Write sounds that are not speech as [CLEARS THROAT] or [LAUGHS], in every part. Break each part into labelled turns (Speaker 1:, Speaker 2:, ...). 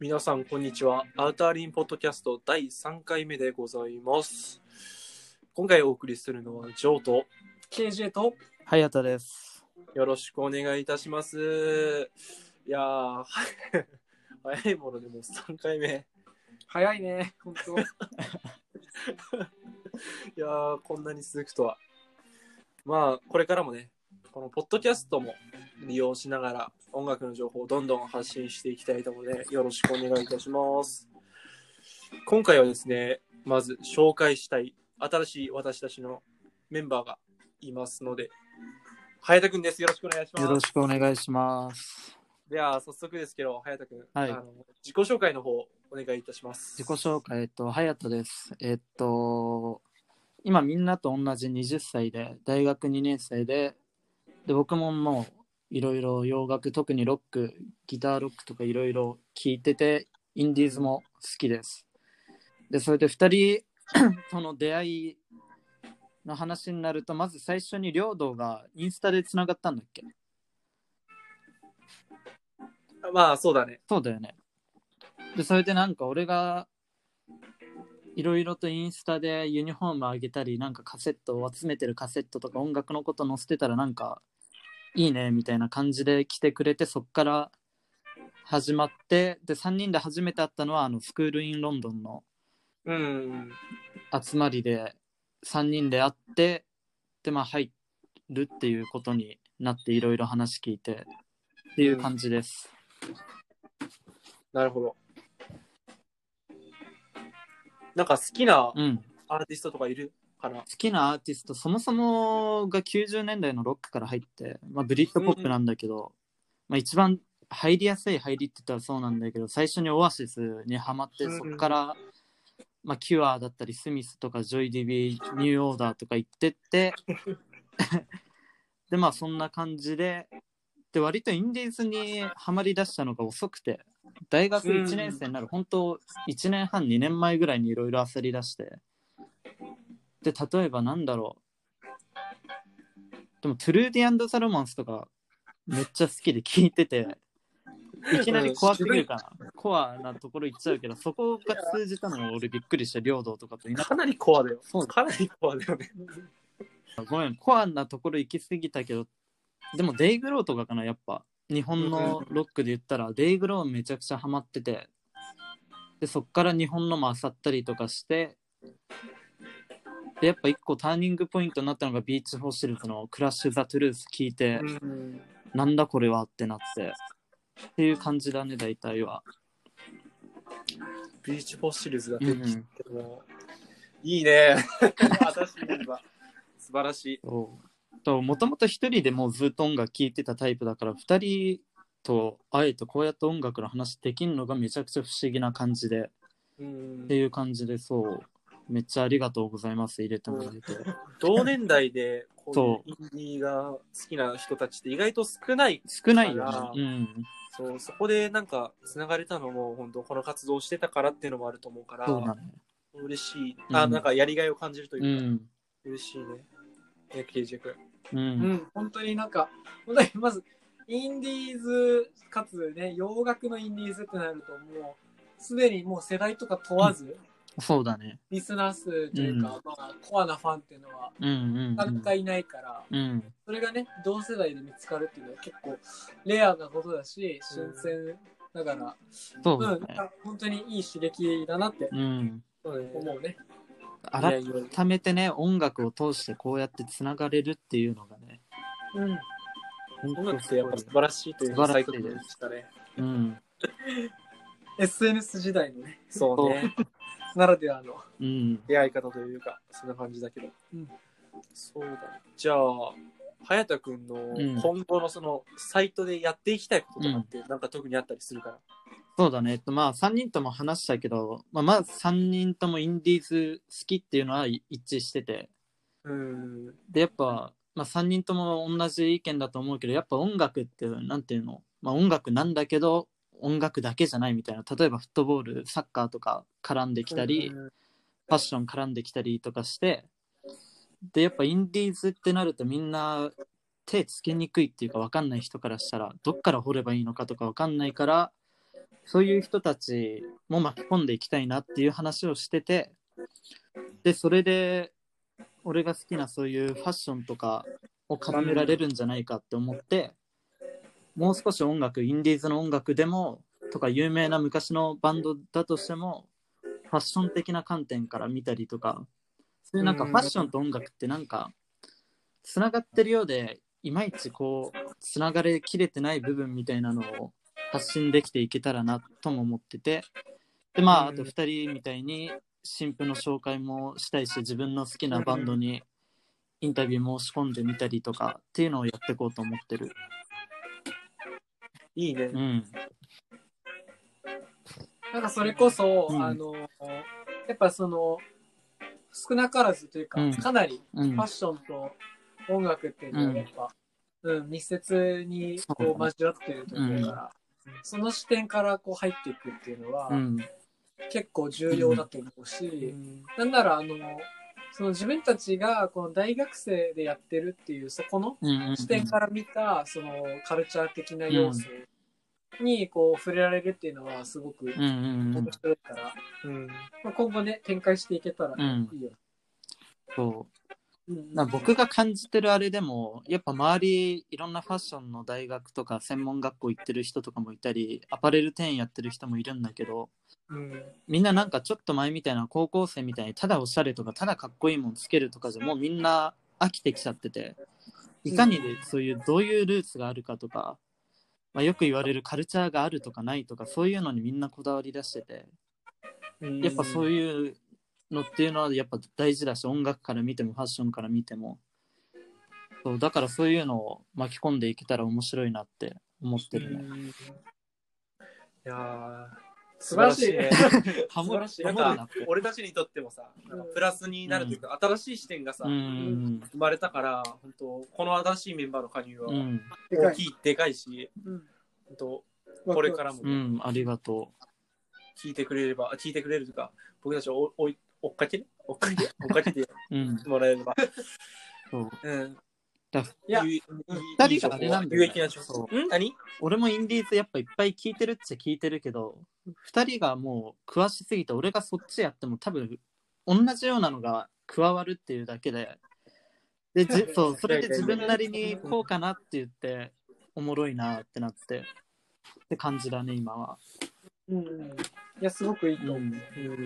Speaker 1: 皆さん、こんにちは。アウターリンポッドキャスト第3回目でございます。今回お送りするのは、ジョーと
Speaker 2: KJ と
Speaker 3: 早田です。
Speaker 1: よろしくお願いいたします。いやー、早いものでもう3回目。
Speaker 2: 早いね、本当。
Speaker 1: いやー、こんなに続くとは。まあ、これからもね、このポッドキャストも利用しながら音楽の情報をどんどん発信していきたいと思うので、よろしくお願いいたします。今回はですね、まず紹介したい新しい私たちのメンバーがいますので、早田くんです。よろしくお願いし
Speaker 3: よ
Speaker 1: ま
Speaker 3: ろ
Speaker 1: す。
Speaker 3: しくお願いします。
Speaker 1: では、早速ですけど、早田くん、
Speaker 3: はい
Speaker 1: あの自己紹介の方、お願いいたします。
Speaker 3: 自己紹介、えっと、早田です。えっと、今みんなと同じ20歳で、大学2年生で、で、僕ももういろいろ洋楽、特にロック、ギターロックとかいろいろ聴いてて、インディーズも好きです。で、それで2人 [CLEARS THROAT] との出会いの話になると、まず最初に領土がインスタでつながったんだっけ
Speaker 1: まあ、そうだね。
Speaker 3: そうだよね。で、それでなんか俺が、いろいろとインスタでユニフォームあげたり、なんかカセットを集めてるカセットとか音楽のこと載せてたらなんか、いいねみたいな感じで来てくれて、そっから始まって、で、3人で初めて会ったのは、あの、スクールインロンドンの
Speaker 1: うん。
Speaker 3: 集まりで3人で会ってでまあ入るっていうことになっていろいろ話聞いてっていう感じです、
Speaker 1: なるほど。なんか好きな
Speaker 3: うん、好
Speaker 1: アーティストとかいるかな、
Speaker 3: きなアーティストそもそもが90年代のロックから入って、まあ、ブリッドポップなんだけど、まあ、一番入りやすい入りって言ったらそうなんだけど最初にオアシスにハマって
Speaker 1: うん
Speaker 3: そこから、まあ、キュアだったりスミスとかジョイ・ディビーニューオーダーとか行ってってでまあそんな感じでで割とインディーズにはまりだしたのが遅くて大学1年生になる、本当1年半2年前ぐらいにいろいろ焦り出してで例えばなんだろうでもトゥルーディザ・ロマンスとかめっちゃ好きで聞いてていきなり怖すぎるかな、コアなところ行っちゃうけどそこが通じたのも俺びっくりした領土とかといな
Speaker 1: かなりコアだよ。
Speaker 3: そう
Speaker 1: かなりコアだよね。
Speaker 3: ごめん、コアなところ行き過ぎたけど、でもデイグローとかかな、やっぱ。日本のロックで言ったら、デイグローめちゃくちゃハマってて、で、そっから日本のも漁ったりとかして、で、やっぱ一個ターニングポイントになったのがビーチフォーシルズのクラッシュ・ザ・トゥルース聞いて、
Speaker 1: うん。
Speaker 3: なんだこれはってなって、っていう感じだね、大体は。
Speaker 1: ビーチフォッシルズが
Speaker 3: う
Speaker 1: 出てき
Speaker 3: ん
Speaker 1: て、もいいね。私には素晴らしい。
Speaker 3: ともともと一人でもうずっと音楽聴いてたタイプだから二人と会えてこうやって音楽の話できるのがめちゃくちゃ不思議な感じで
Speaker 1: うん
Speaker 3: って、いう感じでそうめっちゃありがとうございます入れてもらえて
Speaker 1: 同年代でこういうインディーが好きな人たちって意外と少ない。
Speaker 3: 少ないよ
Speaker 1: あら
Speaker 3: ねうん
Speaker 1: そうそこでなんか繋がれたのも本当この活動してたからっていうのもあると思うから、
Speaker 3: そうなのよ
Speaker 1: 嬉しい。あ、
Speaker 3: うん
Speaker 1: なんかやりがいを感じるという
Speaker 3: う
Speaker 1: か。
Speaker 3: ん
Speaker 1: 嬉しいね。え、KJ 君。
Speaker 3: う
Speaker 2: うんん、本当になんか、本当にまず、インディーズ、かつね、洋楽のインディーズってなると、もう、すでにもう世代とか問わず、
Speaker 3: そうだね
Speaker 2: リスナー数というか、
Speaker 3: う
Speaker 2: まあ、コアなファンっていうのは、
Speaker 3: うんうん
Speaker 2: なかなかいないから、
Speaker 3: うんうん
Speaker 2: それがね、同世代で見つかるっていうのは結構、レアなことだし、新鮮だから、
Speaker 3: そう
Speaker 2: うん、
Speaker 3: だ
Speaker 2: なん
Speaker 3: ね
Speaker 2: か本当にいい刺激だなって
Speaker 3: うん
Speaker 1: そうね
Speaker 2: 思うね。
Speaker 3: 改
Speaker 1: いやいや
Speaker 3: めてね音楽を通してこうやってつながれるっていうのがね
Speaker 2: うん。
Speaker 1: 音楽ってやっぱ素晴らしいという
Speaker 3: 素晴らしい
Speaker 1: 最高でしたね。
Speaker 3: うん、
Speaker 2: SNS 時代のね、
Speaker 1: そうね。
Speaker 2: ならではの。
Speaker 3: うん、
Speaker 1: 出会い方というか、そんな感じだけど。
Speaker 2: うん
Speaker 1: そうだね。じゃあ、早田くん
Speaker 3: うん
Speaker 1: の今後のそのサイトでやっていきたいこととかって、なんか特にあったりするから。
Speaker 3: そうだね、えっと、まあ3人とも話したけど、まあ、まず3人ともインディーズ好きっていうのはい一致してて
Speaker 1: うん。
Speaker 3: でやっぱ、まあ、3人とも同じ意見だと思うけどやっぱ音楽ってなんていうの、まあ、音楽なんだけど音楽だけじゃないみたいな例えばフットボールサッカーとか絡んできたり、
Speaker 1: うん
Speaker 3: ファッション絡んできたりとかしてでやっぱインディーズってなるとみんな手つけにくいっていうか分かんない人からしたらどっから掘ればいいのかとか分かんないからそういう人たちも巻き込んでいきたいなっていう話をしてて、で、それで、俺が好きなそういうファッションとかを絡められるんじゃないかって思って、もう少し音楽、インディーズの音楽でも、とか有名な昔のバンドだとしても、ファッション的な観点から見たりとか、そういうなんか
Speaker 1: うん
Speaker 3: ファッションと音楽ってなんか、つながってるようで、いまいちこう、つながれきれてない部分みたいなのを発信できていけたらなとも思ってて、で、まあ、
Speaker 1: う
Speaker 3: あ
Speaker 1: ん
Speaker 3: と2人みたいに、新婦の紹介もしたいし、自分の好きなバンドにインタビュー申し込んでみたりとかっていうのをやっていこうと思ってる。
Speaker 1: いいね
Speaker 3: う。ん。
Speaker 2: なんかそれこそ、
Speaker 3: うん
Speaker 2: あの、やっぱその、少なからずというか、
Speaker 3: うん
Speaker 2: かなり
Speaker 3: うん
Speaker 2: ファッ。ションと音楽っていうのはやっぱ、うん密接に
Speaker 3: そう
Speaker 2: こ
Speaker 3: だ
Speaker 2: う
Speaker 3: ね
Speaker 2: 交わってるところだから、その視点からこう入っていくっていうのは、
Speaker 3: うん。
Speaker 2: 結構重要だと思うし、
Speaker 1: うん
Speaker 2: なんならあのその自分たちがこの大学生でやってるっていうそこの
Speaker 3: うんうん。
Speaker 2: 視点から見たそのカルチャー的な要素にこう触れられるっていうのはすごく
Speaker 3: うんうんうん
Speaker 2: 面。白いから、
Speaker 1: うん。
Speaker 2: まあ、今後ね展開していけたら
Speaker 3: うん
Speaker 2: いいよ。う
Speaker 3: そう。
Speaker 2: ん
Speaker 3: な僕が感じてるあれでもやっぱ周りいろんなファッションの大学とか専門学校行ってる人とかもいたりアパレル店やってる人もいるんだけど
Speaker 1: うん。
Speaker 3: みんななんかちょっと前みたいな高校生みたいにただおしゃれとかただかっこいいもんつけるとかじゃもうみんな飽きてきちゃってていかにでそういうどういうルーツがあるかとか、まあ、よく言われるカルチャーがあるとかないとかそういうのにみんなこだわり出してて
Speaker 1: うん
Speaker 3: やっぱそういうのっていうのはやっぱ大事だし音楽から見てもファッションから見てもそうだからそういうのを巻き込んでいけたら面白いなって思ってるね。
Speaker 1: いやー
Speaker 2: 素晴らしい
Speaker 1: ね。
Speaker 3: ハモ
Speaker 1: 素晴
Speaker 3: る
Speaker 1: らしいな
Speaker 3: ハモ
Speaker 1: ん
Speaker 3: るな
Speaker 1: か
Speaker 3: って。
Speaker 1: [LAUGHS] 俺たちにとってもさ、なんかプラスになるというか、新しい視点がさ、
Speaker 3: う
Speaker 1: 生
Speaker 3: ん
Speaker 1: まれたから、本当この新しいメンバーの加入
Speaker 3: う
Speaker 1: は
Speaker 3: ん
Speaker 2: でか
Speaker 1: 大
Speaker 2: い
Speaker 1: きい、でかいし、
Speaker 2: うん
Speaker 1: 本当これからも
Speaker 3: う
Speaker 1: ね
Speaker 3: んありがと
Speaker 1: 聞いてくれれば、聞いてくれるというか、僕たちを追い追っかけ追っかけ追っかけて [LAUGHS]
Speaker 3: う。うん
Speaker 1: もらえれば。
Speaker 3: そう
Speaker 1: うん。
Speaker 3: だ
Speaker 2: いや
Speaker 1: 有意、
Speaker 3: 二人があれなんだよ
Speaker 1: 有
Speaker 3: ね
Speaker 1: 益な情報
Speaker 3: そ。
Speaker 1: ん何
Speaker 3: 俺もインディーズやっぱいっぱい聞いてるっちゃ聞いてるけど2人がもう詳しすぎて俺がそっちやっても多分同じようなのが加わるっていうだけででじそうそれで自分なりにこうかなって言っておもろいなってなってって感じだね今は、
Speaker 2: うんうん、いやすごくいいと思う。
Speaker 3: う
Speaker 2: う
Speaker 3: ん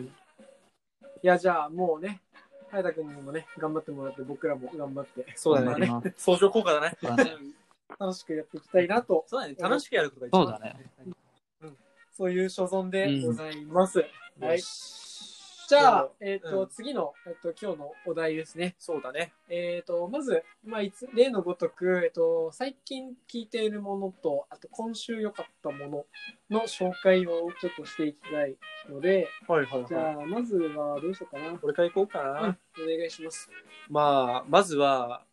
Speaker 2: んいやじゃあもうね早田君にもね頑張ってもらって僕らも頑張って
Speaker 1: そうだ
Speaker 3: 頑張
Speaker 1: ね
Speaker 3: り。ます
Speaker 1: 相乗効果だね。
Speaker 3: そうだね
Speaker 2: 楽しくやっていきたいなと
Speaker 1: そうだね。楽しくやることが一
Speaker 3: そ
Speaker 1: 番
Speaker 3: うだね。
Speaker 2: そういう所存でございます。
Speaker 1: うん
Speaker 2: はい
Speaker 1: よし
Speaker 2: じゃあ、えっ、
Speaker 1: う
Speaker 2: と、
Speaker 1: ん
Speaker 2: 次の、えっ、と、今日のお題ですね。
Speaker 1: そうだね。
Speaker 2: えっ、と、まず、まあ、いつ、例のごとく、えっ、と、最近聞いているものと、あと、今週良かったものの紹介をちょっとしていきたいので、
Speaker 1: はいはい
Speaker 2: じ
Speaker 1: はい。
Speaker 2: ゃあ、まずはどうしようかな。
Speaker 1: 俺から行こうかな。
Speaker 2: うん、お願いします。
Speaker 1: まあ、まずは、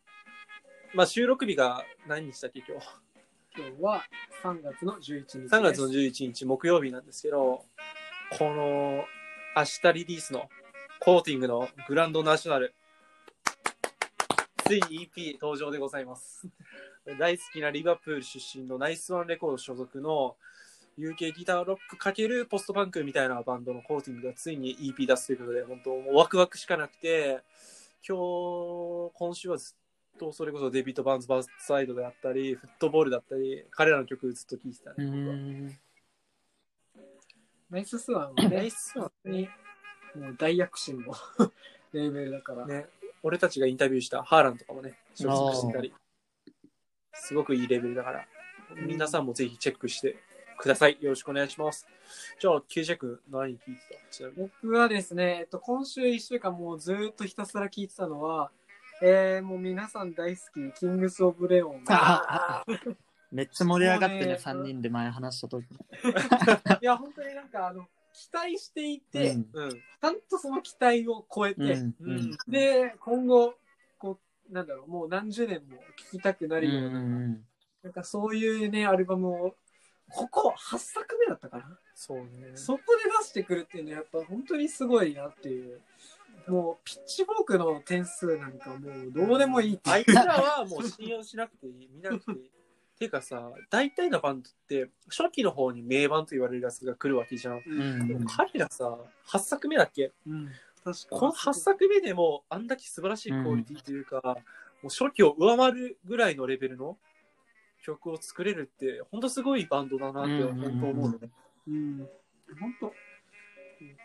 Speaker 1: まあ、収録日が何日だっけ、今日。
Speaker 2: 今日は3月の11日です。
Speaker 1: 3月の11日木曜日なんですけど、この明日リリースのコーティングのグランドナショナル、ついに EP 登場でございます。大好きなリバプール出身のナイスワンレコード所属の UK ギターロック×ポストパンクみたいなバンドのコーティングがついに EP 出すということで、本当もうワクワクしかなくて、今日、今週はずっとそれこそデビット・バーンズ・バーサイドであったり、フットボールだったり、彼らの曲ずっと聴いてたね、
Speaker 3: う
Speaker 1: 僕は。
Speaker 3: ん
Speaker 2: ナイススワンは
Speaker 1: ナ
Speaker 2: ね
Speaker 1: イ、スワン
Speaker 2: にもう大躍進の [LAUGHS] レーベルだから。
Speaker 1: ね、俺たちがインタビューしたハーランとかもね、所属してたり、すごくいいレベルだから、皆さんもぜひチェックしてください。よろしくお願いします。じゃあ、K ジェック何聞いてたちなみに。
Speaker 2: 僕はですね、えっと、今週1週間もうずーっとひたすら聞いてたのは、えー、もう皆さん大好き、キングス・オブ・レオン。
Speaker 3: めっちゃ盛り上がって
Speaker 2: そうね
Speaker 3: ね3人で前話した時
Speaker 2: いや、本当になんか、あの、期待していて、
Speaker 3: うん
Speaker 1: うん。
Speaker 2: ちゃんとその期待を超えて、
Speaker 3: うん
Speaker 1: う
Speaker 3: うんん。
Speaker 2: で、今後、こう、なんだろう、もう何十年も聴きたくな
Speaker 3: う
Speaker 2: る
Speaker 3: ん
Speaker 2: ような、
Speaker 3: うん
Speaker 2: なんかそういうね、アルバムを、ここ8作目だったかな、
Speaker 1: そうね。
Speaker 2: そこで出してくるっていうのはやっぱ本当にすごいなっていう。もうピッチボークの点数なんかもうどうでもいいっていう
Speaker 1: あいつらはもう信用しなくていい、見なくていい。ていうかさ、大体のバンドって、初期の方に名盤と言われるやつが来るわけじゃん。
Speaker 3: う
Speaker 1: でも
Speaker 3: ん。
Speaker 1: 彼らさ、8作目だっけ
Speaker 2: うん。確かに
Speaker 1: この8作目でもあんだけ素晴らしいクオリティというか、もう初期を上回るぐらいのレベルの曲を作れるって、本当すごいバンドだなって
Speaker 3: うん
Speaker 1: 本当思うよね。
Speaker 2: うん。本当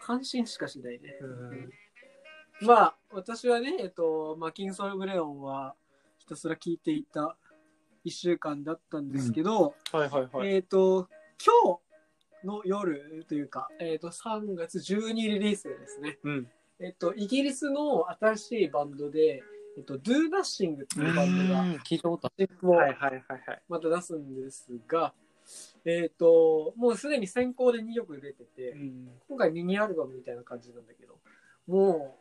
Speaker 2: 感心しかしないね。
Speaker 1: うん
Speaker 2: まあ、私はね、えっと、マキンソルグレオンはひたすら聞いていた1週間だったんですけど、
Speaker 1: はいはいはい。
Speaker 2: えっと、今日の夜というか、えっと、3月12リリースでですね、
Speaker 1: うん。
Speaker 2: えっと、イギリスの新しいバンドで、えっと、Do Nothing っていうバンドが、
Speaker 3: 聞いたことあ
Speaker 2: 新曲を
Speaker 1: はいはいはいはい。
Speaker 2: また出すんですが、えっと、もうすでに先行で2曲出てて、
Speaker 1: うん
Speaker 2: 今回ミニアルバムみたいな感じなんだけど、もう、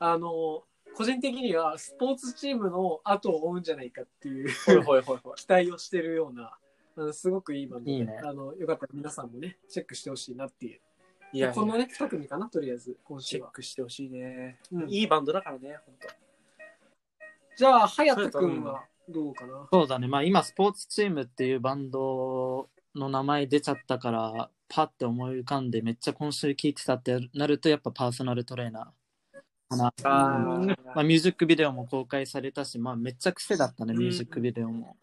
Speaker 2: あの、個人的にはスポーツチームの後を追うんじゃないかっていう
Speaker 1: ほいほいほいほい。
Speaker 2: 期待をしてるような、あのすごくいいバンドで
Speaker 3: いいね
Speaker 2: あの、よかったら皆さんもね、チェックしてほしいなっていう。
Speaker 1: いやい
Speaker 2: この
Speaker 1: や、
Speaker 2: ね、2組かな、とりあえず、今
Speaker 1: チ
Speaker 2: 週
Speaker 1: ェッ
Speaker 2: は。
Speaker 1: クしてほしいね。
Speaker 2: うん
Speaker 1: いいバンドだからね、本当。
Speaker 2: じゃあ、隼人君はどうかな。
Speaker 3: そうだね。まあ今、スポーツチームっていうバンドの名前出ちゃったから、パって思い浮かんで、めっちゃ今週聞いてたってなると、やっぱパーソナルトレーナーかな。
Speaker 1: あ
Speaker 2: うん
Speaker 1: あ、
Speaker 3: まあ、ミュージックビデオも公開されたし、まあ、めっちゃ癖だったね、
Speaker 1: うん
Speaker 3: ミュージックビデオ
Speaker 2: [LAUGHS]
Speaker 3: も。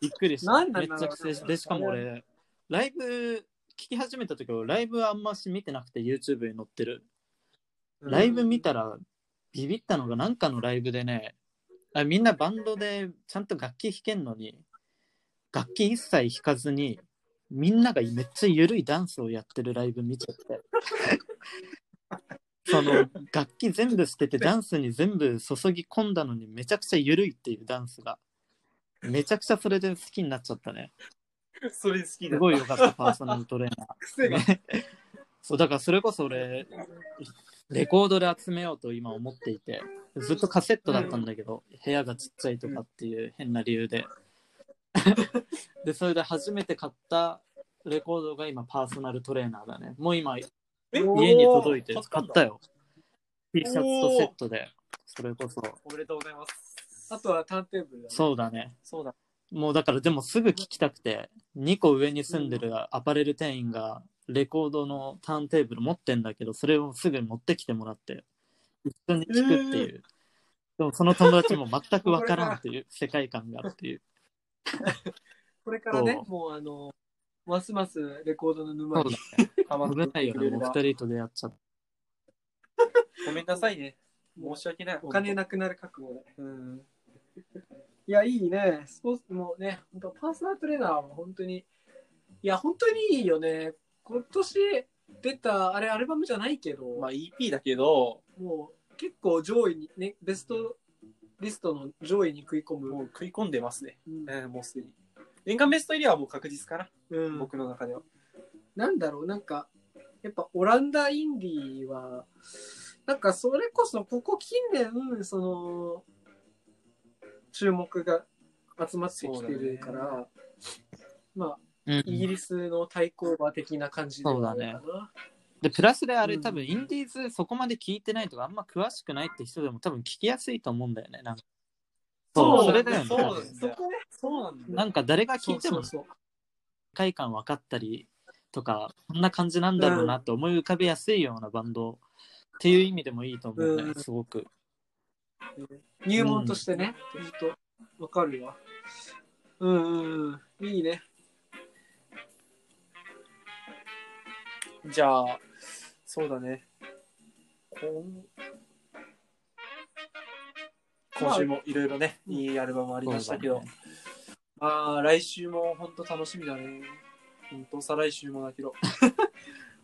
Speaker 3: びっくりし
Speaker 2: な
Speaker 3: た。
Speaker 2: んな
Speaker 3: め
Speaker 2: んだ
Speaker 3: っ
Speaker 2: ろう
Speaker 3: ちゃ癖で、しかも俺、ライブ、聞き始めた時はライブあんまし見てなくて YouTube に載ってる。
Speaker 1: うん
Speaker 3: ライブ見たら、ビビったのがなんかのライブでね、あみんなバンドでちゃんと楽器弾けんのに、楽器一切弾かずに、みんながめっちゃ緩いダンスをやってるライブ見ちゃって。 [LAUGHS] その楽器全部捨ててダンスに全部注ぎ込んだのにめちゃくちゃ緩いっていうダンスがめちゃくちゃそれで好きになっちゃったね
Speaker 1: それ好き
Speaker 3: す
Speaker 1: だ。
Speaker 3: ごい良かったパーソナルトレーナー
Speaker 2: 癖が。
Speaker 3: そうだからそれこそ俺レコードで集めようと今思っていてずっとカセットだったんだけど、部屋がちっちゃいとかっていう変な理由ででそれで初めて買ったレコードが今パーソナルトレーナーだねもう今家
Speaker 1: え
Speaker 3: に届いて
Speaker 1: おー
Speaker 3: 買ったよ T シャツとセットでそれこそ
Speaker 1: おめでとうございます。
Speaker 2: あとはターンテーブルだ、ね。
Speaker 3: そうだね
Speaker 1: そうだ。
Speaker 3: もうだからでもすぐ聞きたくて2個上に住んでるアパレル店員がレコードのターンテーブル持ってんだけどそれをすぐ持ってきてもらって一緒に聞くっていう、でもその友達も全くわからんっていう世界観がっていう
Speaker 2: これからね
Speaker 3: そ、う
Speaker 2: もうあの、ますますレコードの
Speaker 3: そ
Speaker 2: 沼
Speaker 3: う
Speaker 2: に。
Speaker 3: だね
Speaker 1: ハマっ
Speaker 3: 危ない
Speaker 1: て
Speaker 3: よ
Speaker 1: く
Speaker 3: ね
Speaker 1: れれ
Speaker 3: もう
Speaker 1: ば
Speaker 3: 2人と出会っちゃって
Speaker 1: ごめんなさいね。
Speaker 2: もう
Speaker 1: 申し訳ない。
Speaker 2: お金なくなる覚悟で。
Speaker 1: うん。
Speaker 2: いや、いいね。スポーツもうね、本当パーソナルトレーナーは本当に、いや、本当にいいよね。今年出た、あれ、アルバムじゃないけど、
Speaker 1: まあ EP だけど、
Speaker 2: もう結構上位に、ね、ベストリストの上位に食い込
Speaker 1: もう
Speaker 2: む。
Speaker 1: 食い込んでますね。
Speaker 2: うん
Speaker 1: うん、もうすでに。年間ベスト入りはもう確実かな。
Speaker 2: うん
Speaker 1: 僕の中では。
Speaker 2: なんだろう、なんか、やっぱオランダインディーは、なんかそれこそここ近年、その、注目が集まってきてるから、まあ、
Speaker 3: うん
Speaker 2: イギリスの対抗馬的な感じでもあるかな
Speaker 3: そうでプラスであれ
Speaker 2: うん
Speaker 3: 多分インディーズそこまで聞いてないとかあんま詳しくないって人でも多分聞きやすいと思うんだよねなんか
Speaker 1: そう
Speaker 3: それだよね
Speaker 1: そう
Speaker 3: 多
Speaker 1: なんだ
Speaker 3: 分
Speaker 2: そこね。
Speaker 1: そうなんだよ。
Speaker 3: なんか誰が聞い
Speaker 2: そ
Speaker 3: ても
Speaker 2: うそうそう
Speaker 3: 世界観分かったりとかこんな感じなんだろうなって思い浮かべやすいようなバンドっていう意味でもいいと思うね、
Speaker 2: うん
Speaker 3: すごく。
Speaker 2: 入門としてね、ちょっとわかるわ。うんうんうん、いいね。
Speaker 1: じゃあ、そうだね。こん今週もいろいろね、
Speaker 2: うん
Speaker 1: いいアルバムありましたけど、
Speaker 3: そうだね
Speaker 1: まあ来週も本当楽しみだね。本当再来週もだけど。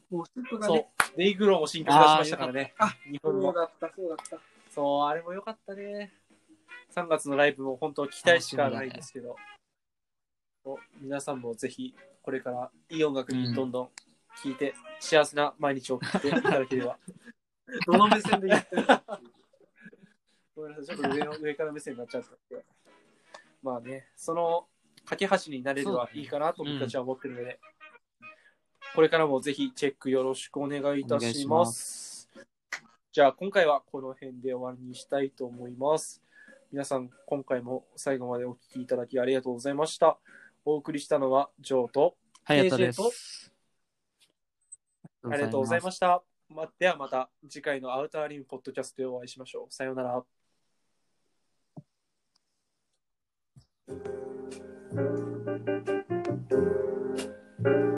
Speaker 2: もうスープが
Speaker 1: そ
Speaker 2: ね
Speaker 1: う、、デイグローも新曲出しましたからね。
Speaker 2: あーよか、
Speaker 1: 日
Speaker 2: そ
Speaker 1: 本
Speaker 2: う
Speaker 1: も。
Speaker 2: だった、そうだった。
Speaker 1: そう、あれも良かったね。3月のライブも本当期待しかないですけど、そう皆さんもぜひこれからいい音楽にどんどん聴いて、幸せな毎日を送っていただければ。
Speaker 2: どの目線で言ってる
Speaker 1: ごめんなさい、ちょっと上の上から目線になっちゃったんですけど。まあね、その架け橋になれればいいかなと僕たちは思ってるので、これからもぜひチェックよろしくお願いいたし
Speaker 3: お願
Speaker 1: ま。
Speaker 3: いします
Speaker 1: じゃあ今回はこの辺で終わりにしたいと思います。皆さん、今回も最後までお聞きいただきありがとうございました。お送りしたのは、ジョーと、
Speaker 3: はやとで
Speaker 1: DJ と
Speaker 3: す。
Speaker 1: ありがとうございました。ま、ではまた次回のアウターリンポッドキャストでお会いしましょう。さようなら。